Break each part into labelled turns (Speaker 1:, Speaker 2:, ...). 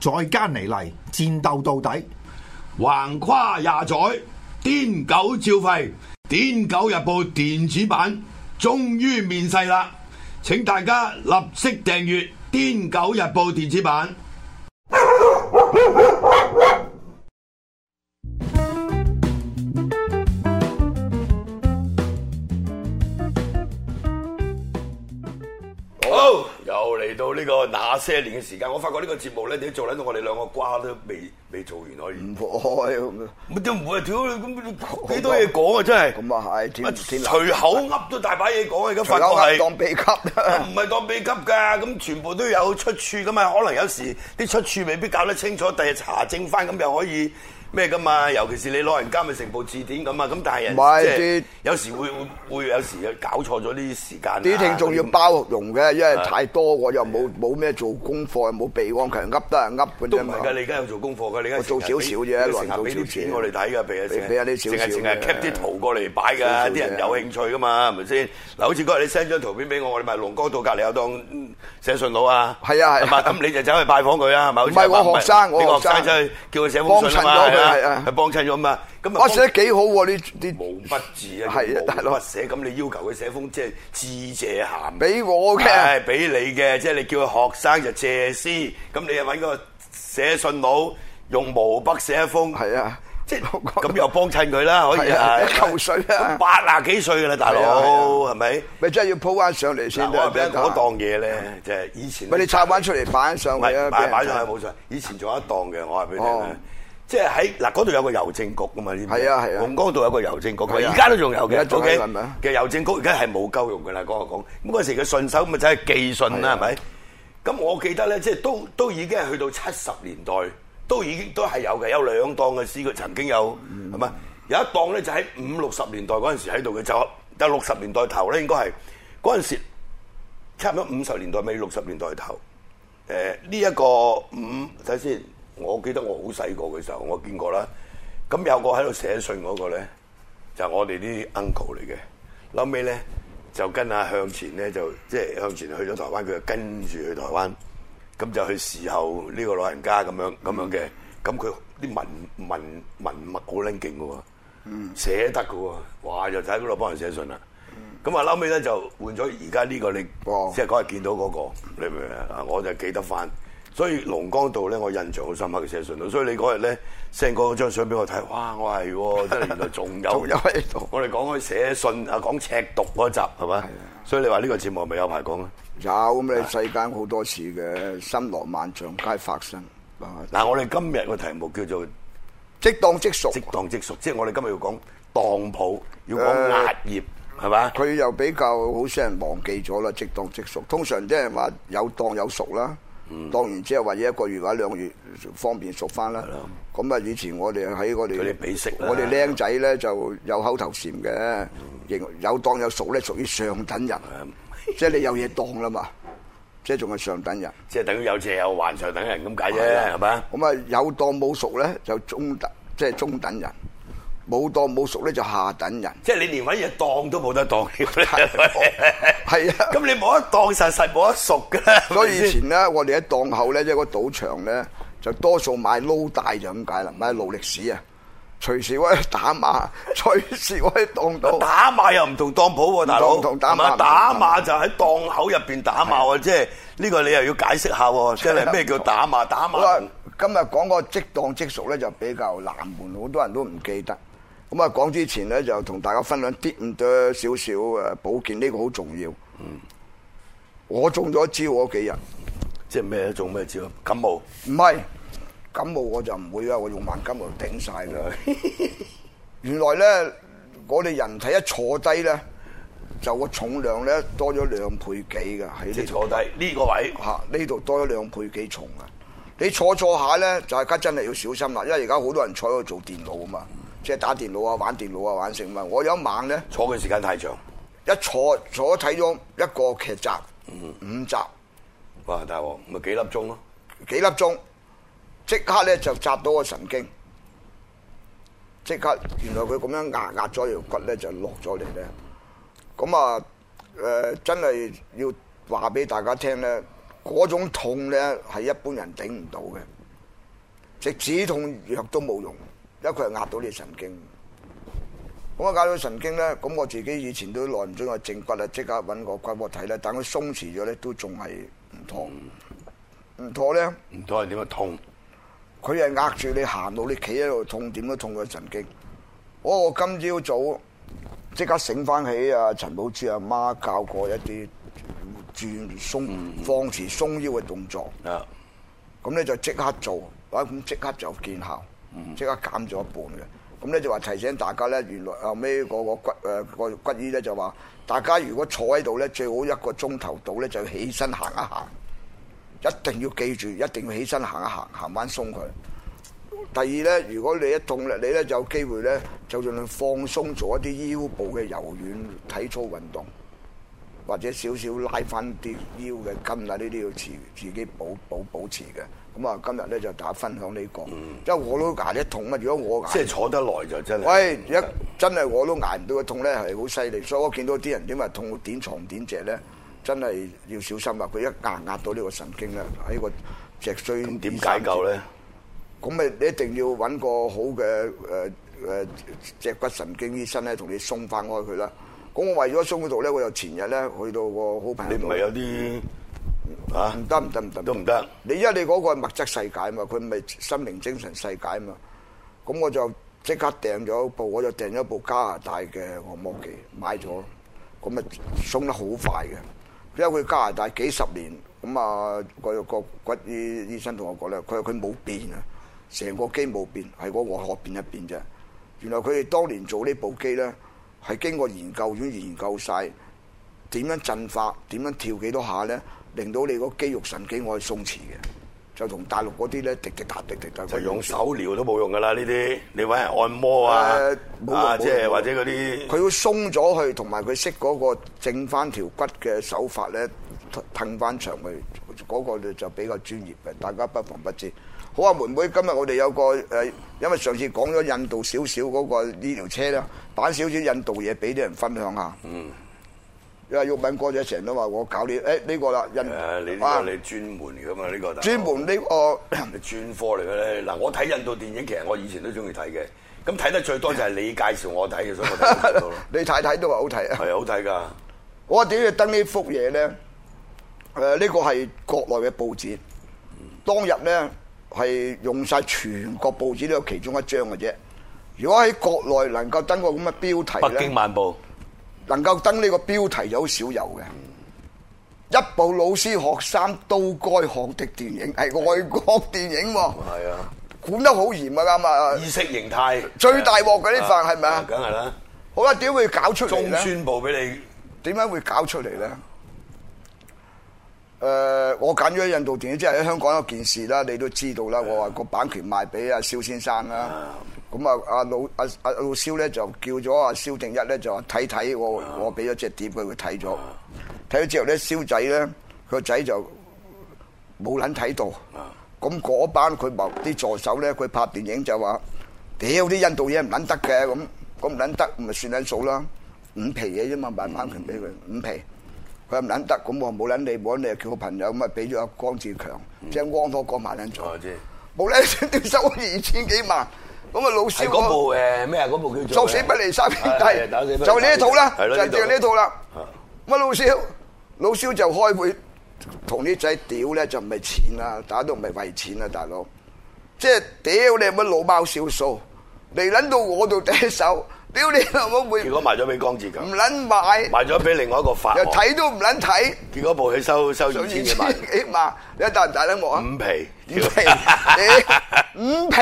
Speaker 1: 再艱泥嚟，戰鬥到底。
Speaker 2: 橫跨廿載，癲狗照吠，癲狗日報電子版終於面世啦！請大家立即訂閱癲狗日報電子版。好，又嚟到呢個那些年嘅時間，我發覺呢個節目咧，你做緊到我哋兩個瓜都未未做完可以。
Speaker 3: 唔開咁樣，
Speaker 2: 乜都唔會啊！屌你咁幾多嘢講啊！真係
Speaker 3: 咁啊係，天天
Speaker 2: 隨口噏都大把嘢講啊！而家發
Speaker 3: 隨
Speaker 2: 覺
Speaker 3: 口
Speaker 2: 係
Speaker 3: 噏當秘 笈，
Speaker 2: 唔係當秘笈㗎？咁全部都有出處噶嘛？可能有時啲出處未必搞得清楚，第日查證翻咁又可以咩噶嘛？尤其是你老人家咪成部字典咁啊！咁但係人
Speaker 3: 唔係
Speaker 2: 即係
Speaker 3: 啲
Speaker 2: 有時會會會有時搞錯咗啲時間啊。
Speaker 3: 啲聽眾要
Speaker 2: 咁
Speaker 3: 包容嘅，因為太多我又冇冇咩做功課，又冇備案，強噏都係噏嘅
Speaker 2: 都
Speaker 3: 啫
Speaker 2: 唔
Speaker 3: 嘛
Speaker 2: 係。㗎，你而家有做功課㗎，你而家
Speaker 3: 我做
Speaker 2: 成日俾
Speaker 3: 少少啫
Speaker 2: 你
Speaker 3: 一
Speaker 2: 成日
Speaker 3: 輪
Speaker 2: 俾
Speaker 3: 做
Speaker 2: 啲
Speaker 3: 少
Speaker 2: 片
Speaker 3: 少
Speaker 2: 我哋睇㗎，俾啊，
Speaker 3: 俾
Speaker 2: 成日
Speaker 3: 俾下啲少
Speaker 2: 成日
Speaker 3: 少
Speaker 2: 成日
Speaker 3: 嘅
Speaker 2: cap 啲圖過嚟擺
Speaker 3: 少少
Speaker 2: 㗎，啲人
Speaker 3: 嘅
Speaker 2: 有興趣㗎嘛，係咪先？嗱，好似嗰日你 send 張圖片俾我，我哋咪龍江道隔離有檔嗯寫信佬啊，
Speaker 3: 係啊係啊
Speaker 2: 嘛咁你就走去拜訪佢啊，係咪？好似
Speaker 3: 唔係我
Speaker 2: 阿伯
Speaker 3: 學生我
Speaker 2: 你個
Speaker 3: 學生
Speaker 2: 走去叫佢寫封信啊嘛，
Speaker 3: 幫襯咗佢
Speaker 2: 係
Speaker 3: 係
Speaker 2: 啊
Speaker 3: 啊，
Speaker 2: 係幫襯咗嘛，咁
Speaker 3: 我
Speaker 2: 啊
Speaker 3: 寫得幾好喎，呢啲
Speaker 2: 冇筆字啊，
Speaker 3: 係啊大
Speaker 2: 冇
Speaker 3: 佬
Speaker 2: 筆寫，咁你要求佢寫封即係致謝函
Speaker 3: 俾我嘅，
Speaker 2: 係俾你嘅，即係你叫佢學生就借詩，咁你又揾個寫信佬用毛筆寫一封，
Speaker 3: 係啊，
Speaker 2: 即係咁又幫襯佢啦，可以
Speaker 3: 係啊
Speaker 2: 係
Speaker 3: 扣水啊
Speaker 2: 八啊幾歲㗎啦，大
Speaker 3: 係啊
Speaker 2: 佬
Speaker 3: 係
Speaker 2: 係咪？
Speaker 3: 咪真係要鋪翻上嚟
Speaker 2: 嗱，
Speaker 3: 先
Speaker 2: 我話
Speaker 3: 得。
Speaker 2: 俾人嗰檔嘢咧，就係以前
Speaker 3: 咪你插翻出嚟擺上
Speaker 2: 唔
Speaker 3: 去
Speaker 2: 係
Speaker 3: 啊！
Speaker 2: 擺
Speaker 3: 俾人
Speaker 2: 擺
Speaker 3: 睇
Speaker 2: 上去冇錯，以前仲有一檔嘅，我話俾你聽
Speaker 3: 哦
Speaker 2: 咧。即係喺嗱嗰度有個郵政局噶嘛，呢邊
Speaker 3: 係啊係啊
Speaker 2: 紅江道有個郵政局，
Speaker 3: 係啊
Speaker 2: 而家都仲有
Speaker 3: 而
Speaker 2: 嘅
Speaker 3: 家。仲
Speaker 2: OK
Speaker 3: 有係咪啊
Speaker 2: 嘅郵政局而家係冇夠用嘅啦，講就講。咁嗰陣時嘅順手咪就係寄信
Speaker 3: 啊
Speaker 2: 啦，係咪？咁我記得咧，即係都都已經係去到七十年代，都已經都係有嘅，有兩檔嘅詩，佢曾經有
Speaker 3: 嗯
Speaker 2: 係咪？有一檔咧就喺五六十年代嗰陣時喺度嘅，就就六十年代頭咧，應該係嗰陣時差唔多五十年代尾六十年代頭。誒呢一個五睇先，我記得我好細個嘅時候，我見過啦。咁有個喺度寫信嗰個咧，就係我哋啲 uncle 嚟嘅。後尾咧就跟阿向前咧，就即係向前去咗台灣，佢就跟住去台灣，咁就去侍候呢個老人家咁樣咁樣嘅。咁佢啲文文文墨好撚勁嘅喎，寫得嘅喎，哇！就睇嗰度幫人寫信啦。咁啊，後尾咧就換咗而家呢個你
Speaker 3: 哦
Speaker 2: 即係嗰日見到嗰、個，你明唔明啊？我就記得翻，所以龍江道咧，我印象好深刻嘅寫信佬。所以你嗰日咧 send 嗰張相俾我睇，哇！我係 喎，真係原來仲有
Speaker 3: 仲有喺度
Speaker 2: 我哋講開寫信啊，講赤毒嗰集係嘛？所以你話呢個節目係咪有排講啊？
Speaker 3: 有咁你世間好多事嘅，森羅萬象皆發生。啊
Speaker 2: 嗱，我哋今日個題目叫做
Speaker 3: 即當即熟，
Speaker 2: 即當即熟，即係我哋今日要講當鋪，要講押業，係嘛？
Speaker 3: 佢又比較好少人忘記咗啦。即當即熟，通常即係話有當有熟啦。
Speaker 2: 嗯
Speaker 3: 當完之後或者一個月或者兩個月方便熟翻啦。咁啊，以前我哋喺我哋
Speaker 2: 佢哋俾息啦
Speaker 3: 我哋僆仔咧就有口頭禪嘅，
Speaker 2: 嗯
Speaker 3: 認有當有熟咧屬於上等人，即係你有嘢當啦嘛，即係仲係上等人。
Speaker 2: 即係等於有借有還上等人咁解啫，係嘛？
Speaker 3: 咁啊，有當冇熟咧就中等，即係中等人；冇當冇熟咧就下等人。
Speaker 2: 即係你連揾嘢當都冇得當，
Speaker 3: 係
Speaker 2: 係
Speaker 3: 啊
Speaker 2: 咁你冇得當，實實冇得熟㗎啦。
Speaker 3: 所以
Speaker 2: 係咪
Speaker 3: 以
Speaker 2: 先
Speaker 3: 前咧，我哋喺檔口咧，即係個賭場咧，就多數買撈帶就咁解啦，買勞力士啊，隨時可以打馬， 隨時可以當 到。
Speaker 2: 打馬又唔同當鋪喎，大佬
Speaker 3: 唔同打馬
Speaker 2: 係嘛
Speaker 3: 唔
Speaker 2: 打
Speaker 3: 同打馬
Speaker 2: 馬就喺檔口入邊打馬喎，即係呢個你又要解釋下喎，即係咩叫打馬？打
Speaker 3: 啊好啦
Speaker 2: 馬，
Speaker 3: 今日講個即當即熟咧，就比較冷門，好多人都唔記得。咁啊，講之前咧，就同大家分享啲咁多少少誒保健呢個好重要。嗯，我中咗招嗰幾日。
Speaker 2: 即係咩做咩招？感冒
Speaker 3: 唔係感冒我就唔會啊，我用萬金油頂晒佢。 原來咧，我哋人體一坐低咧，就個重量咧多咗兩倍幾㗎，喺
Speaker 2: 即係
Speaker 3: 呢度
Speaker 2: 坐低呢個位，
Speaker 3: 嚇呢度多咗兩倍幾重啊！你坐坐下咧，就係家真係要小心啦，因為而家好多人坐喺度做電腦啊嘛，即係打電腦啊、玩電腦啊、玩成嘛。我有一晚咧。
Speaker 2: 坐嘅時間太長，
Speaker 3: 一坐坐睇咗一個劇集，
Speaker 2: 嗯
Speaker 3: 五集
Speaker 2: 哇大鑊，咪幾粒鐘咯？
Speaker 3: 幾粒鐘，即刻咧就扎到個神經，即刻原來佢咁樣壓壓咗條骨咧就落咗嚟咧，咁啊誒真係要話俾大家聽咧，嗰種痛咧係一般人頂唔到嘅，食止痛藥都冇用，因為佢係壓到你神經。咁啊，壓到神經咧，咁我自己以前都耐唔中有正骨啊，即刻揾個骨科睇啦。但佢鬆弛咗咧，都仲係唔妥，唔妥咧。
Speaker 2: 唔多人點啊痛，
Speaker 3: 佢係壓住你行路，你企喺度痛，點都痛個神經。我我今朝早即刻醒翻起啊，陳寶珠阿媽教過一啲轉鬆放弛鬆腰嘅動作，
Speaker 2: 啊
Speaker 3: 咁咧就即刻做，啊咁即刻就見效，即刻減咗一半嘅。咁咧就話提醒大家咧，原來後尾個個骨誒個骨醫咧就話，大家如果坐喺度咧，最好一個鐘頭到咧就起身行一行。一定要記住，一定要起身行一行，行翻鬆佢。第二咧，如果你一痛咧，你咧就有機會咧，就盡量放鬆做一啲腰部嘅柔軟體操運動，或者少少拉翻啲腰嘅筋啊，呢啲要自自己保保保持嘅。咁啊，今日咧就大家分享呢、個，因為我都捱得痛啊。如果我
Speaker 2: 嗯
Speaker 3: 捱
Speaker 2: 即係坐得耐就真係。
Speaker 3: 喂，一真係我都捱唔到嘅痛咧，係好犀利，所以我見到啲人點話痛到點床點脊咧，真係要小心啊！佢一壓壓到呢個神經咧，喺個脊椎
Speaker 2: 咁點解救？咧？
Speaker 3: 咁咪你一定要揾個好嘅誒誒脊骨神經醫生咧，同你鬆翻開佢啦。咁我為咗鬆嗰度咧，我又前日咧去到個好朋
Speaker 2: 你
Speaker 3: 友
Speaker 2: 唔
Speaker 3: 度，
Speaker 2: 係有啲啊
Speaker 3: 唔得唔得唔得
Speaker 2: 都唔得，
Speaker 3: 你因為你嗰個係物質世界嘛，佢唔係心靈精神世界嘛。咁我就即刻訂咗部，我就訂咗部加拿大嘅按摩機，買咗。咁啊，鬆得好快嘅，因為佢加拿大幾十年，咁啊個個骨醫醫生同我講咧，佢話佢冇變啊，成個機冇變，係嗰個殼變一變啫。原來佢哋當年做呢部機咧，係經過研究院研究晒。點樣震法，點樣跳幾多下咧，令到你個肌肉神經可以鬆弛嘅，就同大陸嗰啲咧滴滴答滴滴答
Speaker 2: 就用手療都冇用噶啦，呢啲你揾人按摩啊
Speaker 3: 誒冇，用
Speaker 2: 啊
Speaker 3: 冇
Speaker 2: 即係
Speaker 3: 用
Speaker 2: 或者嗰啲
Speaker 3: 佢會鬆咗佢，同埋佢識嗰個整翻條骨嘅手法咧，褪褪翻長佢，嗰、個就比較專業嘅，大家不妨不知。好啊，妹妹，今日我哋有個誒、呃因為上次講咗印度少少嗰個醫療車啦，擺少少印度嘢俾啲人分享下。嗯。因為玉敏哥就成日都話我搞呢，誒、呢個啦，印
Speaker 2: 誒你呢
Speaker 3: 啊
Speaker 2: 個你專門噶嘛呢個大佬
Speaker 3: 專門呢、哦個。
Speaker 2: 你專科嚟嘅咧。嗱，我睇印度電影，其實我以前都中意睇嘅。咁睇得最多就
Speaker 3: 啊
Speaker 2: 係你介紹我睇嘅，所以我睇得最 多咯。
Speaker 3: 你太太都話好睇啊！
Speaker 2: 係好睇㗎，
Speaker 3: 我點解登呢幅嘢咧？誒、呢個係國內嘅報紙，當日咧係用晒全國報紙都有其中一張嘅啫。如果喺國內能夠登個咁嘅標題
Speaker 2: 《北
Speaker 3: 咧
Speaker 2: 京，漫步
Speaker 3: 能夠登呢個標題就好少有嘅。一部老師學生都該學的電影係外國電影喎，》
Speaker 2: 係啊，
Speaker 3: 管得好嚴啊啱啊！
Speaker 2: 意識形態
Speaker 3: 最大鑊嘅呢份係咪啊
Speaker 2: 梗係啦，
Speaker 3: 好啦，點會搞出嚟
Speaker 2: 中
Speaker 3: 咧？
Speaker 2: 宣部俾你
Speaker 3: 點解會搞出嚟咧？誒、我揀咗印度電影即係喺香港有件事啦，你都知道啦。我話個版權賣俾阿蕭先生啦，咁啊阿老阿阿老蕭咧就叫咗阿蕭定一咧就話睇睇我我俾咗隻碟佢，佢睇咗，睇咗之後咧蕭仔咧佢個仔就冇撚睇到，咁嗰班佢某啲助手咧佢拍電影就話：屌啲印度嘢唔撚得嘅咁，咁唔撚得咪算撚數啦，五皮嘢啫嘛，買版權俾佢五皮。佢話唔撚得，咁我話冇撚你，冇撚你，叫我朋友咁啊，俾咗阿江志強，即係安可講埋撚 咗
Speaker 2: 我，哦知。
Speaker 3: 冇撚你收咗二千幾萬，咁啊老
Speaker 2: 係
Speaker 3: 蕭
Speaker 2: 嗰
Speaker 3: 講
Speaker 2: 部誒咩啊？嗰部叫做啊
Speaker 3: 作死不離三兄
Speaker 2: 係係打死
Speaker 3: 弟，
Speaker 2: 不離
Speaker 3: 就呢一套啦，
Speaker 2: 係
Speaker 3: 就
Speaker 2: 咯呢度
Speaker 3: 就呢套啦
Speaker 2: 啊。
Speaker 3: 咁啊老蕭，老蕭就開會同啲仔屌咧，就唔係錢啦，大家都唔係為錢啦，大佬。即係屌你乜老貓少數，嚟撚到我度 第一手，屌你老母會
Speaker 2: 結
Speaker 3: 唔
Speaker 2: 果賣咗俾江志強，
Speaker 3: 撚買，
Speaker 2: 賣咗俾另外一個法
Speaker 3: 又
Speaker 2: 王。
Speaker 3: 睇都唔撚睇。
Speaker 2: 結果部戲收收
Speaker 3: 上
Speaker 2: 二
Speaker 3: 二
Speaker 2: 千
Speaker 3: 千
Speaker 2: 幾萬，
Speaker 3: 幾萬，你大唔大得我啊？
Speaker 2: 五皮。
Speaker 3: 五皮， 你五皮，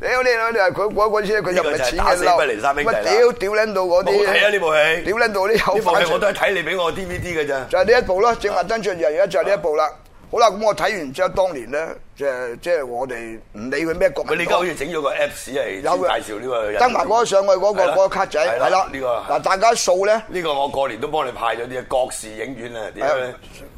Speaker 3: 屌你老你話佢嗰嗰次佢又唔
Speaker 2: 呢
Speaker 3: 係錢嘅
Speaker 2: 個就係打死不離三
Speaker 3: 嬲，
Speaker 2: 兄弟啦
Speaker 3: 乜屌屌撚到嗰
Speaker 2: 冇睇啊呢
Speaker 3: 啲，
Speaker 2: 部戲，
Speaker 3: 屌撚到啲
Speaker 2: 呢
Speaker 3: 有
Speaker 2: 部
Speaker 3: 反
Speaker 2: 戲我
Speaker 3: 常
Speaker 2: 都係睇你俾我 DVD 嘅咋。
Speaker 3: 就係呢一部啦，正話登出就而家就係呢一部
Speaker 2: 啊
Speaker 3: 啦。好啦，咁我睇完之後，當年咧，即係即係我哋唔理佢咩國
Speaker 2: 喂，你
Speaker 3: 民
Speaker 2: 而家好似
Speaker 3: 黨，
Speaker 2: 整哦咗個 Apps 係
Speaker 3: 有嘅
Speaker 2: 介紹呢個人
Speaker 3: 登埋嗰個上去嗰個
Speaker 2: 係啦
Speaker 3: 嗰個卡仔，係啦，
Speaker 2: 呢個
Speaker 3: 嗱大家數咧，
Speaker 2: 呢個我過年都幫你派咗啲啊國視影院啊，點樣
Speaker 3: 誒
Speaker 2: 咧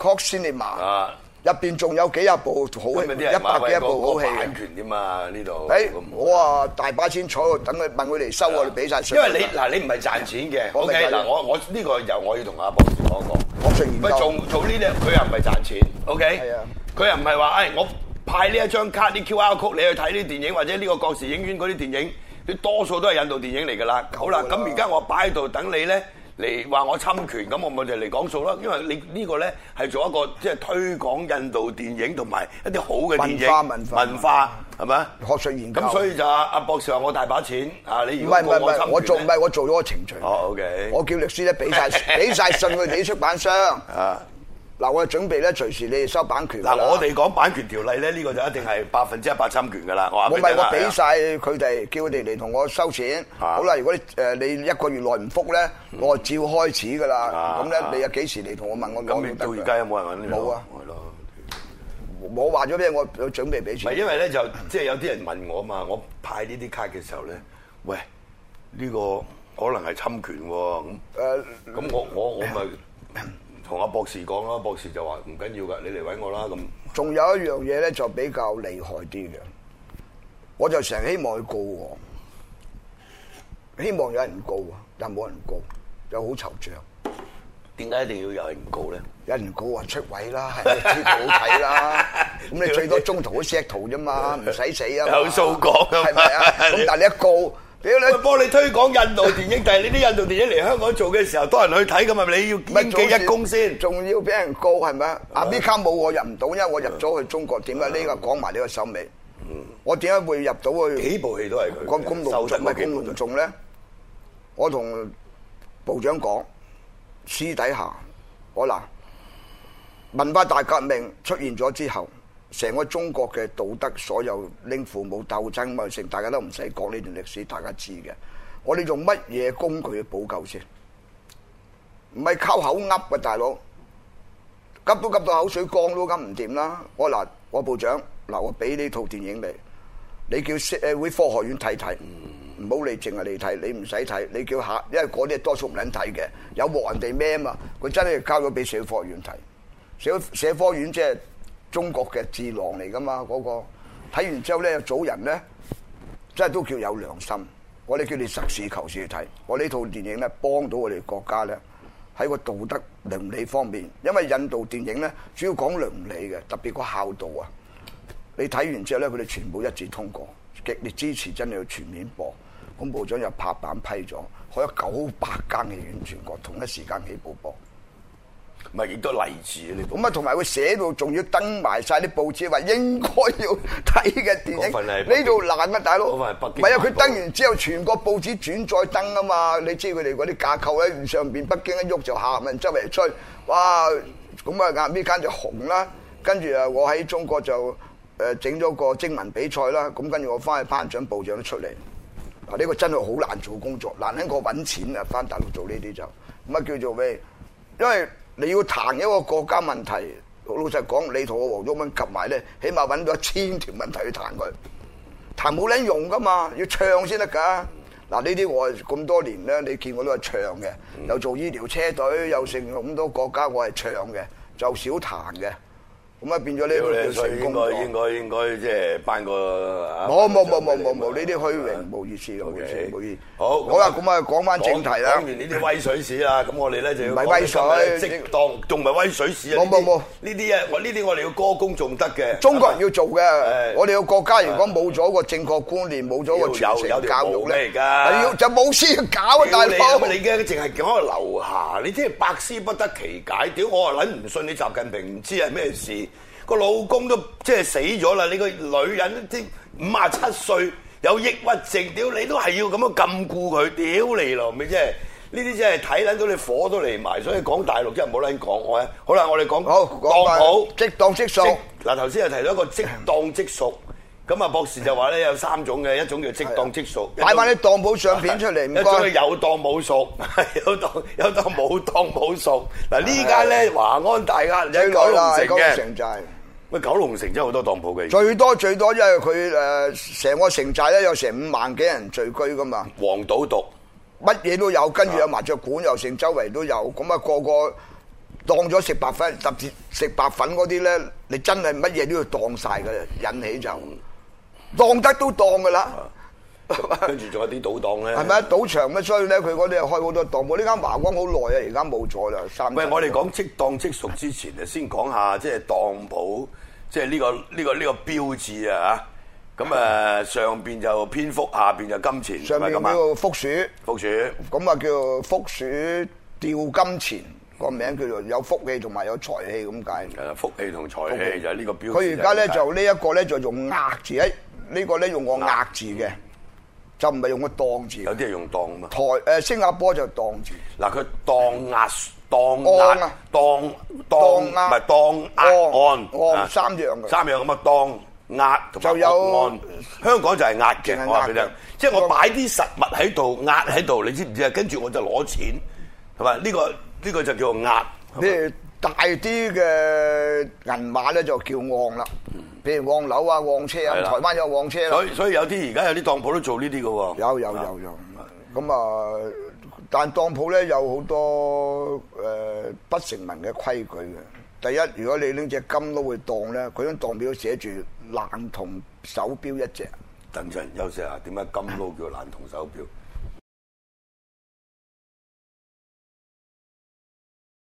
Speaker 3: c o x i n e m
Speaker 2: 啊？
Speaker 3: 入邊仲有幾廿部好
Speaker 2: 咁
Speaker 3: 戲，
Speaker 2: 有啲
Speaker 3: 一
Speaker 2: 人話
Speaker 3: 百幾
Speaker 2: 喂
Speaker 3: 一
Speaker 2: 個
Speaker 3: 部好戲啊
Speaker 2: 個
Speaker 3: 嘅
Speaker 2: 版。權添嘛呢度。
Speaker 3: 誒，
Speaker 2: 咁
Speaker 3: 我啊大把錢坐喺度等佢問佢嚟收我哋俾晒
Speaker 2: 啊因
Speaker 3: 信佢。
Speaker 2: 為你嗱你唔係賺錢嘅
Speaker 3: 我明
Speaker 2: ，OK
Speaker 3: 白
Speaker 2: 嗱我我呢個又我要同阿博士講講。
Speaker 3: 我成研
Speaker 2: 喂，
Speaker 3: 究
Speaker 2: 做做呢啲佢又唔係賺錢，OK？
Speaker 3: 係啊
Speaker 2: 佢又唔係話，誒我派呢一張卡啲 QR code，你去睇啲電影或者呢個國時影院嗰啲電影，你多數都係印度電影嚟㗎啦。好啦，咁而家我擺喺度等你咧嚟話我侵權，咁我咪就嚟講數咯。因為你呢個咧係做一個即係推廣印度電影同埋一啲好嘅電影
Speaker 3: 文化文化
Speaker 2: 文化係咪啊？
Speaker 3: 學術研究
Speaker 2: 咁所以就阿阿博士話我大把錢啊！你
Speaker 3: 唔
Speaker 2: 如果
Speaker 3: 係唔
Speaker 2: 告
Speaker 3: 係唔
Speaker 2: 我侵
Speaker 3: 係，我做唔
Speaker 2: 權呢
Speaker 3: 係我做咗個程序。
Speaker 2: 哦，OK
Speaker 3: 我叫律師咧，俾 晒俾晒信佢哋啲出版商。
Speaker 2: 啊。
Speaker 3: 嗱，我哋準備咧，隨時你哋收版權㗎啦。
Speaker 2: 嗱，我哋講版權條例咧，呢、個就一定係百分之一百侵權噶啦。我話
Speaker 3: 我
Speaker 2: 俾你
Speaker 3: 咪
Speaker 2: 聽啦
Speaker 3: 我俾晒佢哋，叫佢哋嚟同我收錢。
Speaker 2: 啊
Speaker 3: 好啦，如果你誒你一個月內唔復咧，我就照開始㗎啦
Speaker 2: 啊。
Speaker 3: 咁咧
Speaker 2: 啊，
Speaker 3: 你又幾時嚟同我問我
Speaker 2: 咁
Speaker 3: 攞
Speaker 2: 你
Speaker 3: 都得
Speaker 2: 到
Speaker 3: 㗎
Speaker 2: 而家有冇人揾你攞？
Speaker 3: 冇啊！
Speaker 2: 係咯，
Speaker 3: 我話咗俾你我有準備俾
Speaker 2: 唔係
Speaker 3: 錢。
Speaker 2: 因為咧就即係有啲人問我嘛，我派呢啲卡嘅時候咧，喂，呢、個可能係侵權喎咁。
Speaker 3: 誒，
Speaker 2: 咁我我我咪同阿博士講啦，博士就話唔緊要㗎，你嚟揾我啦咁。
Speaker 3: 仲有一樣嘢咧，就比較厲害啲嘅，我就成日希望佢告我，希望有人告啊，但冇人告，又好惆悵。
Speaker 2: 點解一定要有人告咧？
Speaker 3: 有人告話出位啦， 係咪知道好睇啦？咁你最多中途嗰 set 圖啫嘛，唔使死啊嘛。
Speaker 2: 有數講㗎嘛
Speaker 3: 係咪啊？ 咁但係你一告，屌
Speaker 2: 喂
Speaker 3: 你！
Speaker 2: 幫你推廣印度電影，但係你啲印度電影嚟香港做嘅時候，多人去睇咁咪你要應記一功先。
Speaker 3: 仲要俾人告係咪啊？阿 B 卡冇我入唔到，因為我入咗去中國。點解呢個講埋呢個手尾？
Speaker 2: 嗯
Speaker 3: 我點解會入到去
Speaker 2: 幾部戲都係佢嘅。
Speaker 3: 咁咁隆
Speaker 2: 收得
Speaker 3: 重？咪
Speaker 2: 嗰幾
Speaker 3: 咁
Speaker 2: 部都
Speaker 3: 隆重咧？我同部長講，私底下我嗱文化大革命出現咗之後，成個中國嘅道德，所有拎父母鬥爭咪成，大家都唔使講呢段歷史，大家知嘅。我哋用乜嘢工具去補救先？唔係靠口噏嘅大佬，急都急到口水乾都噏唔掂啦。我嗱，我部長嗱，我俾呢套電影你，你叫社會科學院睇睇，唔好你淨係你睇，你唔使睇，你叫下，因為嗰啲多數唔撚睇嘅，有鑊人哋咩啊嘛，佢真係交咗俾社會科學院睇。社社科院即係中國嘅智囊嚟噶嘛，嗰、個睇完之後咧，有組人咧真係都叫有良心。我哋叫你實事求是去睇，我呢套電影咧幫到我哋國家咧喺個道德倫理方面，因為印度電影咧主要講倫理嘅，特別個孝道啊。你睇完之後咧，佢哋全部一致通過，極力支持真係要全面播。咁部長又拍板批咗，開咗九百間戲院全國同一時間起步播。
Speaker 2: 唔係亦都勵志啊！呢部
Speaker 3: 咁啊，同埋佢寫到仲要登埋晒啲報紙，話應該要睇嘅電
Speaker 2: 嗰份係
Speaker 3: 影，呢度難啊，大佬。
Speaker 2: 嗰份係北
Speaker 3: 唔
Speaker 2: 京
Speaker 3: 係啊，
Speaker 2: 晚報
Speaker 3: 佢登完之後，全國報紙轉再登啊嘛。你知佢哋嗰啲架構咧，上邊北京一喐就下面周圍吹，哇！咁啊，眼邊間就紅啦。跟住啊，我喺中國就誒整咗個徵文比賽啦。咁跟住我翻去頒獎部長都出嚟。嗱，呢個真係好難做工作，難喺過揾錢啊！翻大陸做呢啲就咁啊，叫做咩？因為你要談一個國家問題，老實講，你同我黃毓民夾埋咧，起碼揾到一千條問題去談佢，談冇撚用噶嘛，要唱先得㗎。嗱，呢啲我咁多年咧，你見我都係唱嘅，又做醫療車隊，又成咁多國家，我係唱嘅，就少談嘅。咁啊，變咗呢
Speaker 2: 屌
Speaker 3: 個
Speaker 2: 你，
Speaker 3: 叫
Speaker 2: 所以
Speaker 3: 成
Speaker 2: 應
Speaker 3: 功
Speaker 2: 該
Speaker 3: 咗。
Speaker 2: 應該應該即係頒個啊
Speaker 3: 冇冇冇
Speaker 2: 頒個獎俾
Speaker 3: 冇
Speaker 2: 你
Speaker 3: 冇冇呢啲虛
Speaker 2: 啊
Speaker 3: 榮冇意思嘅，冇意思
Speaker 2: OK
Speaker 3: 冇意思。
Speaker 2: 好
Speaker 3: 好啦，咁啊講翻正題啦
Speaker 2: 講。完呢啲威水史啊，咁我哋咧就要
Speaker 3: 唔係威水
Speaker 2: 講啲今日適當仲唔係威水史啊？
Speaker 3: 冇冇冇
Speaker 2: 呢啲啊，我呢啲我哋要歌功仲德嘅。
Speaker 3: 中國人要做嘅
Speaker 2: 誒，
Speaker 3: 我哋個國家如果冇咗個正確觀念，冇咗個
Speaker 2: 要
Speaker 3: 傳
Speaker 2: 有
Speaker 3: 承
Speaker 2: 有條
Speaker 3: 教育
Speaker 2: 毛
Speaker 3: 咧，
Speaker 2: 咩而家
Speaker 3: 要就冇事搞啊，
Speaker 2: 屌
Speaker 3: 大
Speaker 2: 你
Speaker 3: 佬。
Speaker 2: 你嘅淨係講個樓下，你真係百思不得其解。屌我啊撚唔信你習近平唔知係咩事，個老公都即係死咗啦，你個女人即五啊七歲有抑鬱症，屌你都係要咁樣禁錮佢，屌你咯，咪真係。呢啲真係睇撚到你火都嚟埋，所以講大陸真係冇撚講我啊！好啦，我哋講
Speaker 3: 好講
Speaker 2: 當鋪
Speaker 3: 翻，即當即數。
Speaker 2: 即嗱，頭先又提到一個即當即屬，咁啊博士就話咧有三種嘅，一種叫即當即屬，
Speaker 3: 擺翻啲當鋪相片出嚟， 唔
Speaker 2: 一種係
Speaker 3: 該。
Speaker 2: 有當冇熟， 有當有當冇當冇熟。嗱呢間咧華安大家你喺九龍
Speaker 3: 啦，
Speaker 2: 城
Speaker 3: 九龍城
Speaker 2: 嘅，
Speaker 3: 寨
Speaker 2: 喂九龍城真係好多當鋪嘅，
Speaker 3: 最多最多，因為佢誒成個城寨咧有成五萬幾人聚居噶嘛。
Speaker 2: 黃賭毒
Speaker 3: 乜嘢都有，跟住有麻雀館又成，周圍都有，咁啊個個當咗食白粉，特別食白粉嗰啲咧，你真係乜嘢都要當晒嘅，引起就當得都當噶啦，
Speaker 2: 跟住仲有啲賭檔咧，
Speaker 3: 係咪啊？賭場咁，所以咧佢嗰啲又開好多檔鋪。呢間華光好耐啊，而家冇咗啦。三
Speaker 2: 喂，我哋講即當即熟之前啊，先講下即係當鋪即係呢個呢個呢個標誌啊 嚇。咁誒上邊就蝙蝠，下邊就金錢，係
Speaker 3: 上
Speaker 2: 咪
Speaker 3: 面
Speaker 2: 咁
Speaker 3: 叫
Speaker 2: 啊？
Speaker 3: 做福鼠，咁
Speaker 2: 福鼠。
Speaker 3: 啊叫福鼠吊金錢，個名叫做有福氣同埋有財氣咁解。
Speaker 2: 誒福氣同財氣就係呢個標誌。
Speaker 3: 佢而家咧就呢一個咧就用額字，喺呢個咧用個額字嘅，就唔係用個當字。
Speaker 2: 有啲係用當啊嘛。
Speaker 3: 台誒新加坡就當字，
Speaker 2: 嗱，佢當壓當
Speaker 3: 按
Speaker 2: 壓
Speaker 3: 啊
Speaker 2: 當當
Speaker 3: 當
Speaker 2: 唔
Speaker 3: 壓
Speaker 2: 係當壓
Speaker 3: 按
Speaker 2: 按
Speaker 3: 按三樣嘅
Speaker 2: 三樣咁啊，當壓同
Speaker 3: 就
Speaker 2: 埋
Speaker 3: 有
Speaker 2: 按。香港就係壓
Speaker 3: 淨
Speaker 2: 嘅，
Speaker 3: 係壓
Speaker 2: 我話俾你
Speaker 3: 嘅
Speaker 2: 聽，即係我擺啲實物喺度壓喺度，你知唔知啊？跟住我就攞錢，係咪？呢個呢個就叫做壓。
Speaker 3: 你大啲嘅銀碼咧就叫昂啦，譬如昂樓啊、昂車啊，
Speaker 2: 係啦
Speaker 3: 台灣有昂車啦
Speaker 2: 所，以所以有啲而家有啲當鋪都做呢啲嘅喎。啊
Speaker 3: 有有有有。咁啊，但當鋪咧有好多誒、呃不成文嘅規矩嘅。第一，如果你拎隻金撈去當咧，佢張當表寫住冷銅手錶一隻。
Speaker 2: 等陣休息下，點解金撈叫爛銅手錶？